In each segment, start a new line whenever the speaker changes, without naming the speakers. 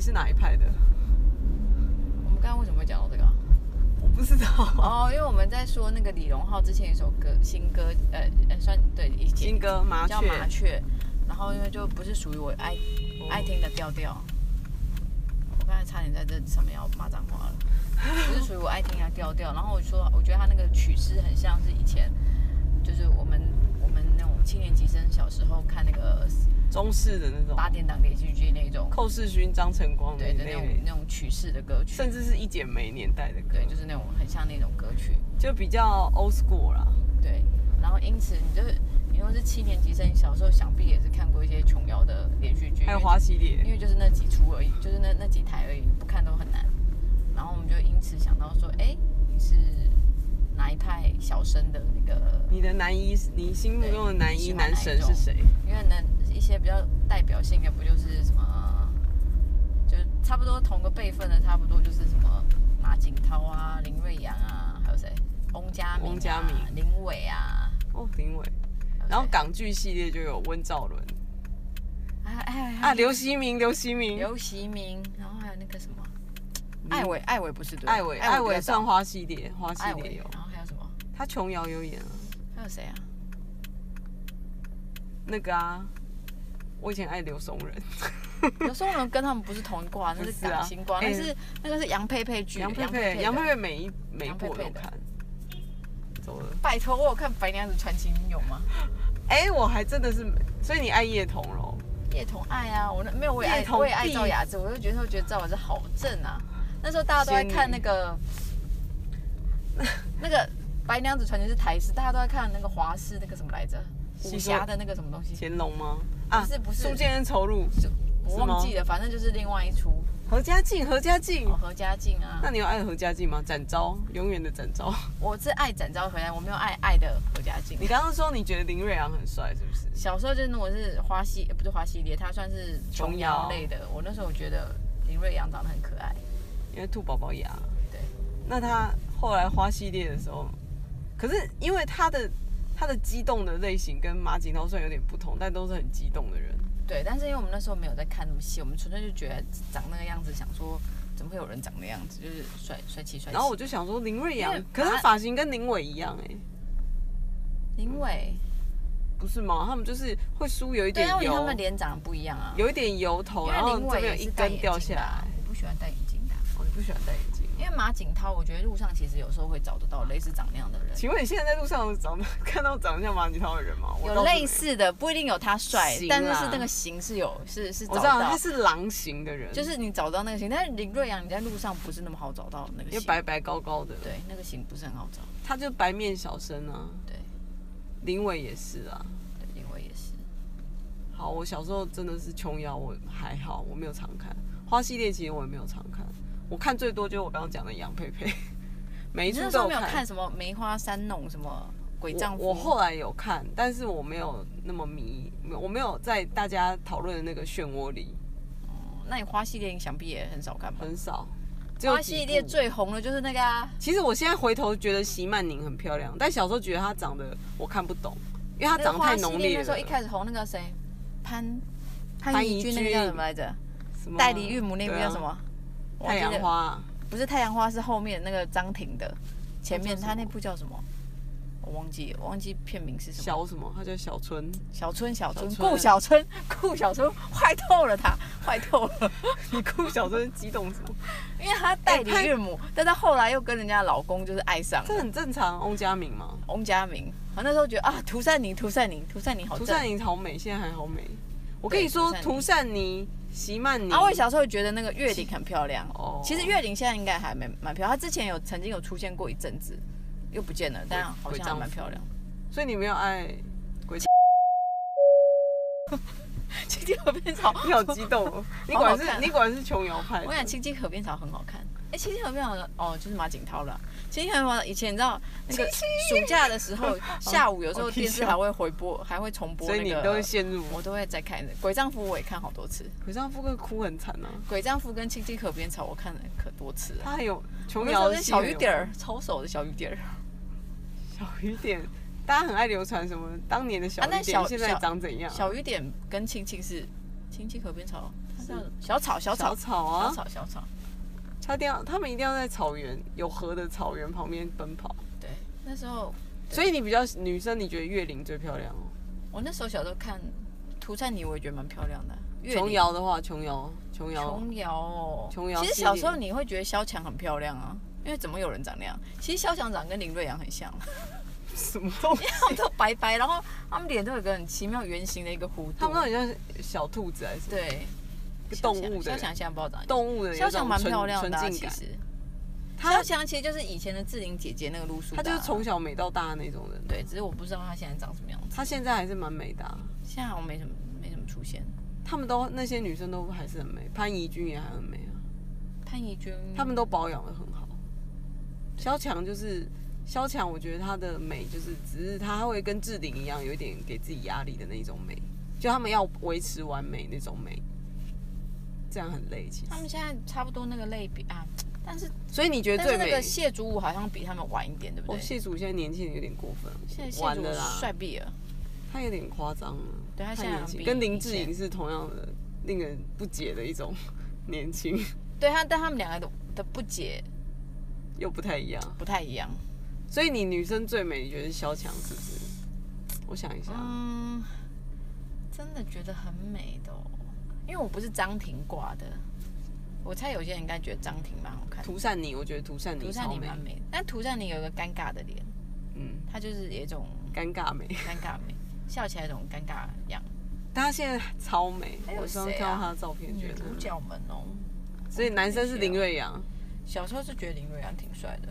是哪一派的？
我们刚刚为什么会讲到这个啊、
我不知道。
哦，因为我们在说那个李荣浩之前有一首歌新歌，呃，呃算对以前
新歌麻雀
叫《麻雀》，然后因为就不是属于我爱、
哦
爱听的调调，我刚才差点在这上面要骂脏话了，不是属于我爱听的调调。然后我说，我觉得他那个曲式很像是以前，就是我们我们那种七年级生小时候看那个
中式的那种，
八点档连续剧那种，
寇世勋、张晨光的
对的
那
那
一
种
类，
那种曲式的歌曲，
甚至是一剪梅年代的歌，
对，就是那种很像那种歌曲。
就比较 old school 啦。
对，然后因此你就是，你如果是七年级生，你小时候想必也是看过一些琼瑶的连续剧，
还有
因为
花系
因
列，
为就是那几出而已，就是那那几台而已，不看都很难。然后我们就因此想到说，哎，你是哪一派小生的那个？
你的男一，你心目中的男一
对你喜欢
男神
哪一
是
种
谁？
因为呢，一些比较代表性的不就是什么，就是差不多同个辈分的，差不多就是什么马景涛啊、林瑞阳啊，还有谁？翁佳明、啊、
翁佳明
林伟啊，
哦，林伟。
还有
然后
谁
港剧系列就有温兆伦
哎哎哎
啊，刘惜明，刘惜明，
刘习明，然后还有那个什么，艾伟，艾伟不是
嗯
对，
艾伟，艾伟算
花，
花系列，花系
艾
列
伟
有，，
然后还有什么？
他琼瑶有演啊，
还有谁啊？
那个啊，我以前爱刘松仁，
有时候我们跟他们不是同一挂，那
不
是
是啊
打星挂，
哎
那是那个是杨佩佩剧，
杨佩
佩
佩，
的
杨佩佩每一每一
杨
部
佩
我
佩
都
的
看，走了，
拜托，我有看《白娘子传奇》，你有吗？
哎，我还真的是，所以你爱叶童喽？
叶童爱啊，我那没有，我也
叶
爱，
童
我也爱
必
赵雅芝，我就觉得我觉得赵雅芝好正啊。那时候大家都在看那个 那个《白娘子传奇》是台式，大家都在看那个华视那个什么来着，
西
武
游
侠的那个什么东西，
乾隆吗？啊，
不是不是
苏建恩仇录，
我忘记了，反正就是另外一出
何家劲，何家劲
哦，。何家劲啊
嗯那，你有爱何家劲吗？展昭，永远的展 昭。
我是爱展昭回来，我没有爱爱的何家劲
你。刚刚说你觉得林瑞阳很帅，是不是？
小时候就是我是花系，呃不是花系列，它算是
琼
琼
瑶
瑶类的。我那时候我觉得林瑞阳长得很可爱，
因为兔宝宝牙。
对。
那他后来花系列的时候，可是因为他的他的激动的类型跟马景涛虽然有点不同，但都是很激动的人。
对。但是因为我们那时候没有在看那么细，我们纯粹就觉得长那个样子，想说怎么会有人长那样子，就是帅帅气帅气。
然后我就想说林瑞阳
因为，啊
可是
马
发型跟林伟一样哎、
林伟，
不是吗？他们就是会梳有一
对
点
啊，因为他
油
们，脸长得不一样啊。
有一点油头，
因
然后
为
这
林伟
边
也
有一
是戴
根
眼
掉
镜
下
的啊
来。，
我不喜欢戴眼镜的啊。
哦，你不喜欢戴眼镜？
因为马景涛，我觉得路上其实有时候会找得到类似长那样的人，
请问你现在在路上长得看到长得像马景涛的人吗？我倒
有
是没
类，似的，不一定有他帅
型，
但是
啦
是那个型是有是是
我
找
知
得
道
到
他，是狼型的人，
就是你找到那个型，但是林瑞阳你在路上不是那么好找到那个
因为
型，
白白高高的，
对那个型不是很好找，
他就白面小生啊。
对
林伟也是啊。
对，林伟也是，
好，我小时候真的是琼瑶，我还好，我没有常看花系列，其实我也没有常看，我看最多就是我刚刚讲的杨佩佩， 每一
你
出
那时
都
候没有
看
看。什么梅花三弄什么鬼丈夫？
我我后来有看，但是我没有那么迷，我没有在大家讨论的那个漩涡里，
那你花系列你想必也很少看吧？
很少。只有
花
几
系列
部
最红的就是那个啊，
其实我现在回头觉得席曼宁很漂亮，但小时候觉得她长得我看不懂，因为她
那个
长得太
花系
浓
列
烈
那
了。
时候一开始红那个谁潘
潘
潘
怡
怡君那个
君
叫什么来着？
什么
代理孕母那部
对啊
叫什么？我
太
忘记
阳
了
花啊，
不是太阳花，是后面那个张庭的，前
那
面
叫什么
他那部叫什么？我忘记了，我忘记片名是什么。
小什么？她叫小春。
小春，小春，
小春
顾小春， 顾小春，坏透了他， 坏透了，
你哭小春激动什么？
因为他代理
哎潘
岳母，但他后来又跟人家老公就是爱上
这
了
很正常。翁佳明嘛，
翁佳明。我那时候觉得啊，涂善宁，涂善宁，涂善宁好
涂
正。
善宁好美，现在还好美。我跟你说，
对
涂
哦涂
善妮、席曼妮，
啊，我小时候觉得那个月玲很漂亮。
哦
哦。其实月玲现在应该还蛮蛮漂亮，她之前有曾经有出现过一阵子，又不见了，但好
鬼
像
丈
还蛮
夫
漂亮。
所以你没有爱鬼，
今天我 变吵，
你好激动哦！你
好
果
好
然是
看啊
你果然是琼瑶派的。
我想《青青河边草》很好看。哎、青青河边草》哦，就是马景涛了。《青青河边草》以前你知道那个暑假的时 候，下午有时
好
候
哦听
电视
笑
还会回播，还会重播、
所
那
以
个。
你都会陷入。
我都会再看《鬼丈夫》，我也看好多次，《
鬼丈夫会哭很惨啊，
鬼丈夫》跟《青青河边草》我看了可多次了。
他还有
我
琼
那时候
瑶的
跟
戏
小
很
雨
有
点儿，超熟的小雨点儿
小雨点，大家很爱流传什么当年的小
啊那
雨点，
小
现在
小
长怎样？
小雨点跟青青是《青青河边草》，它是叫什么小草小草
小草啊
小，草小草，
他一定要，他们一定要在草原有河的草原旁边奔跑。
对，那时候对
所以你比较女生，你觉得月龄最漂亮哦？
我那时候小时候看涂善妮，我也觉得蛮漂亮的。月
琼
龄
瑶的话，琼瑶，琼瑶，
琼瑶哦，
琼瑶
其实
系
小
列
时候你会觉得萧蔷很漂亮啊，因为怎么有人长那样？其实萧蔷长跟林瑞阳很像，
什么东 西？
他们都白白，然后他们脸都有一个很奇妙圆形的一个弧度。
他们都很像小兔子还是什么？
对
动物的
萧蔷现在不知道长得
动物的有一
萧
种
蔷蛮
纯
漂亮的、啊，
纯净
其
感。
实萧
她
蔷其实就是以前的志玲姐姐那个路数、
她
啊，
就是从小美到大那种人。
对，只是我不知道她现在长什么样子，
她现在还是蛮美的、啊。
现在好像没什么没什么出现。
他们都那些女生都还是很美，潘怡君也还很美啊，
嗯潘怡君
她们都保养的很好。萧蔷就是萧蔷，我觉得她的美就是只是她会跟志玲一样，有一点给自己压力的那种美，就她们要维持完美那种美，这样很累其实
他。们现在差不多那个类比啊，但是
所以你觉得
但是
最
那
美？
个谢祖武好像比他们晚一点，对不
哦，
对？
谢祖现在年轻人有点过分，
现在谢
完
祖
了
武
啦，
帅毙了，
他有点夸张了。
对他
太
现在
年轻
比
跟林
以
志
前
颖是同样的，令人不解的一种 年轻，
对他，但他们两个的的不解
又不太一样。
不太一样。
所以你女生最美，你觉得是萧蔷是不是？我想一下，
嗯，真的觉得很美的、哦，因为我不是张庭挂的，我猜有些人应该觉得张庭蛮好看的，
涂善妮，我觉得涂善妮
涂善
超
妮
美，
蛮美的，但涂善妮有一个尴尬的脸，
嗯，
她就是有一种
尴尬美。
尴尬美，笑起来有种尴尬样。
但她现在超美，
还有
我上次
谁啊
看到她的照片，觉
女
得
主。角们哦，
所以男生是林瑞阳，
小时候是觉得林瑞阳挺帅的，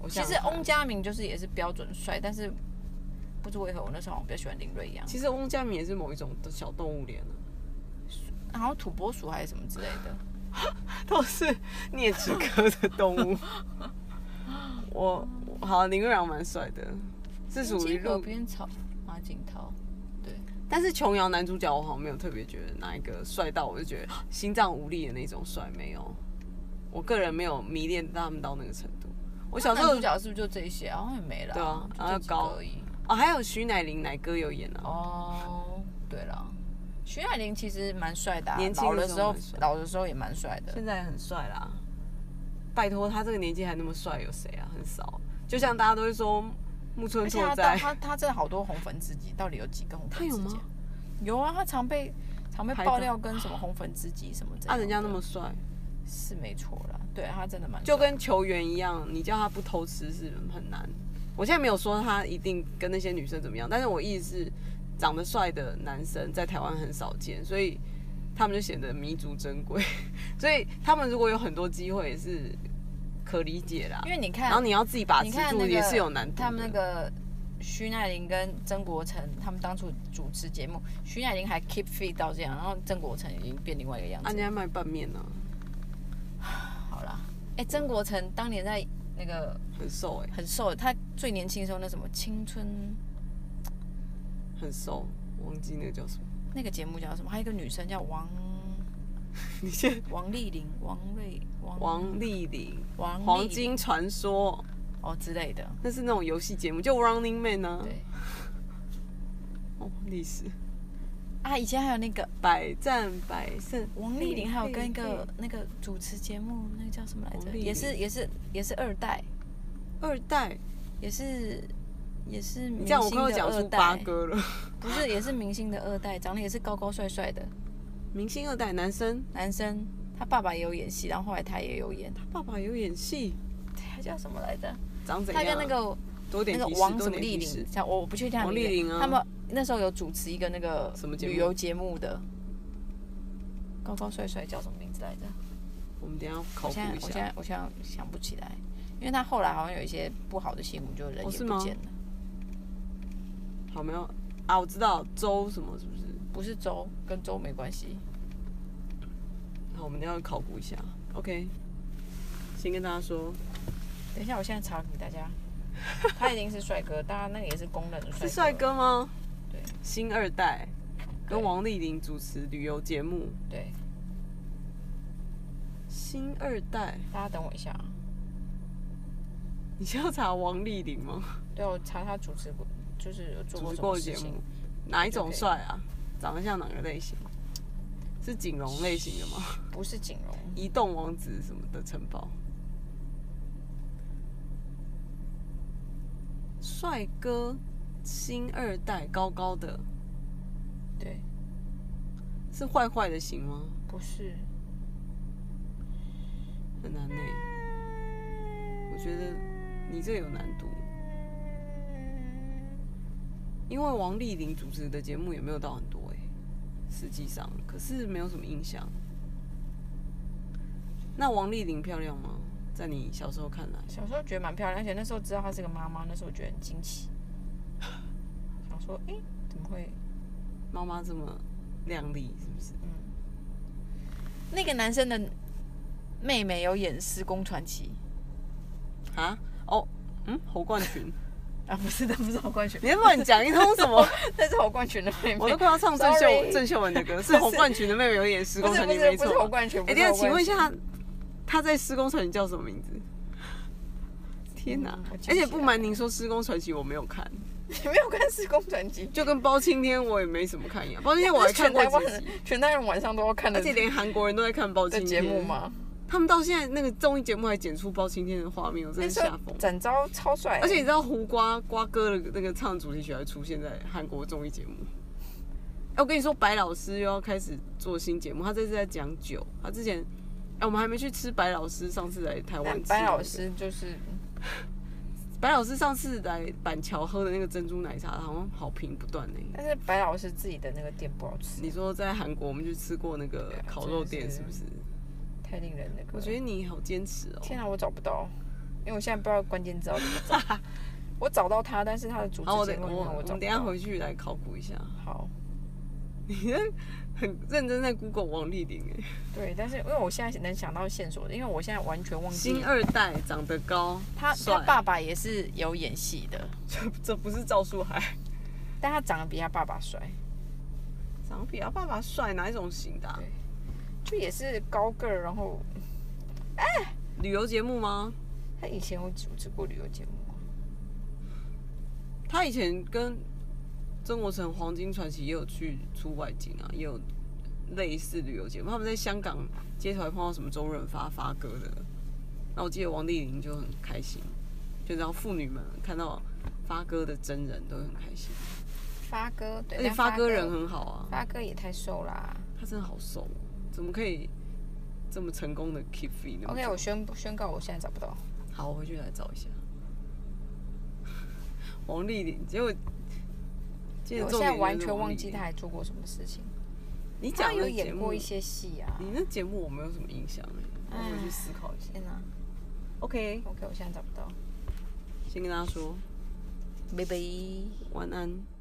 我
其
想
实
想看
翁家明就是也是标准帅，但是不知为何我那时候好像比较喜欢林瑞阳，
其实翁佳明也是某一种小动物脸啊，
然后土拨鼠还是什么之类的。
都是啮齿科的动 物。我我好，林瑞阳蛮帅的，是属于
路
路
边草，马景涛，对，
但是琼瑶男主角我好像没有特别觉得哪一个帅到，我就觉得心脏无力的那种帅没有。我个人没有迷恋他们到那个程度。我小时
男
候
主角是不是就这一些啊？好像也没了，
对啊
就
然后
这几
高
个而已。
哦，还有徐乃麟奶哥有演啊，
哦，对了，徐海林其实蛮帅的、啊，
年轻
老
的
的
时
时
候
候
蛮帅，
老的时候也蛮帅的。
现在也很帅啦。拜托，他这个年纪还那么帅，有谁啊？很少。就像大家都会说木村
而且
拓
他到
哉，
他他真的好多红粉知己，到底有几个红
他
粉
有
知己
吗
啊？？有啊，他常被常被
拍
爆
到
料跟什么红粉知己什么这样的。
啊，人家那么帅，
是没错啦，对他真的蛮
就
帅
跟球员一样，你叫他不偷吃是很难。我现在没有说他一定跟那些女生怎么样，但是我意思是，长得帅的男生在台湾很少见，所以他们就显得弥足珍贵。 所以他们如果有很多机会也是可理解啦
因。为你看，
然后你要自己把持
你看
住
那个
也是有难度的。
他们那个徐乃麟跟曾国成，他们当初主持节目，徐乃麟还 keep fit 到这样，然后曾国成已经变另外一个样
啊，人
子。
家卖拌面呢、
好啦，哎、曾国成当年在那个
很瘦哎、
很瘦，他最年轻的时候那什么青春
很瘦，忘记那个叫什么。
那个节目叫什么？还有一个女生叫王
你先
王丽玲、王瑞、王
王丽玲，
王丽
黄金传说，
哦之类的，
那是那种游戏节目，就 Running Man 呢、啊。
对。
哦，历史。
啊，以前还有那个
百战百胜。
王丽玲，还有跟一个那个主持节目，那个叫什么来着？
王丽玲
也是也是也是二代，
二代，
也是也是
你
明
这样我
星
快要
的
讲
二
出八
代，
哥了。
不是也是明星的二代，长得也是高高帅帅的
明星二代男生，
男生，他爸爸也有演戏，然后后来他也有演，
他爸爸有演戏，
他叫什么来着？
长怎
他
样啊？
跟那个
多
那
点
个
提示，
王
多
什么
点
丽
提示
玲，像我我不确定他
王
名字
丽玲啊
他们那时候有主持一个那个
什么节目
旅游节目的，高高帅帅叫什么名字来着？
我们等一下考
我现在
古一
我现
下。
在我现在想不起来，因为他后来好像有一些不好的新闻，就人也
哦
不
是吗
见了。
好，没有啊，我知道周什么是不是？
不是周，跟周没关系。
好，我们等一下考古一下。OK，先跟大家说，
等一下，我现在查给 大家。他一定是帅哥，大家那个也是公认的帅哥。
是帅。哥吗？
对，
新二代跟
对
王丽玲主持旅游节目，
对，
新二代，
大家等我一下啊。
你是要查王丽玲吗？
对，我查他主持过，就是有做
主
过
持过的
什么事
节
情
目。，哪一种帅啊？长得像哪个类型？是锦荣类型的吗？
不是锦荣，
移动王子什么的城堡，帅哥星二代高高的，
对，
是坏坏的型吗？
不是，
很难呢、欸我觉得你这有难度，因为王丽玲主持的节目也没有到很多哎、实际上，可是没有什么印象。那王丽玲漂亮吗？在你小时候看来，
小时候觉得蛮漂亮，而且那时候知道她是个妈妈，那时候觉得很惊奇，想说，诶，怎么会？
妈妈这么靓丽，是不是？
嗯那个男生的妹妹有演《施工传奇
啊？哦，嗯，侯冠群，》
啊，不是，那不是侯冠群，
你在乱讲一通什么？
那是侯冠群的妹妹，
我都快要唱 郑
Sorry
秀郑秀文的歌，是侯冠群的妹妹有演《施
不
工
是
成
不
你》
是
没
不
错
是侯
吧。
冠群，
哎，
不
等
是
一下，
侯
请
冠
问一
群
下，他在《施工传奇》叫什么名字？天哪
嗯我！记不
而且
起
不
来
瞒您说，《施工传奇》我没有看，
你没有看《施工传奇》？
就跟包青天我也没什么看一样。包青天我还
全
看过
台湾
几
人
集，，
全台湾人晚上都要看
而
的
且连韩国人都在看包
的
青
节
天
目？吗？
他们到现在那个综艺节目还剪出包青天的画面，我真
那
的
时
吓
候
疯。
展昭超帅欸，
而且你知道胡瓜瓜哥的那个唱主题曲还出现在韩国综艺节目。哎、我跟你说，白老师又要开始做新节目，他这次在讲酒。他之前，哎、我们还没去吃白老师上次来台湾
但
吃的那
白
个
老，师就是
白老师上次来板桥喝的那个珍珠奶茶，好像好评不断呢、
但是白老师自己的那个店不好吃，
你说在韩国我们去吃过那个
对啊
烤肉店，
真
是不
的是
是？
太令人那个。
我觉得你好坚持哦、
天啊，我找不到，因为我现在不知道关键字要怎么找。 我找到他，但是他的主
好，我
持
等
节目
我
里面
我们
找
等
不
一下
到。
回去来考古一下。
好，
你在很认真在 Google 王丽玲哎、
对，但是因为我现在能想到线索，因为我现在完全忘记
新二代长得高，
他
帅
他爸 爸也是有演戏的，
这这不是赵树海，
但他长得比他爸爸帅，
长得比他爸爸帅，哪一种型的啊、
对就也是高个儿，然后
旅游节目吗？
他以前有主持过旅游节目啊，
他以前跟曾国城《黄金传奇》也有去出外景啊，也有类似旅游节目。他们在香港街头还碰到什么周润发、发哥的。那我记得王丽玲就很开心，就然后妇女们看到发哥的真人都会很开心，
发哥，对，
而且
但
发哥人很好啊，
发哥也太瘦啦。
他真的好瘦哦，怎么可以这么成功的 keep fit 那么
OK，
久
我宣布宣告，我现在找不到。
好，我回去来找一下。 王丽玲，结果今天
我
重
现
点就
在
是
完全
王丽
忘
玲
记他。还做过什么事情。
你
他
讲
有
的节
演
目
过一，些戏啊。
你那节目我没有什么印象哎，我回去思考一下。
天哪、
OK，
o k 我现在找不到。
先跟大家说
拜拜。
晚安。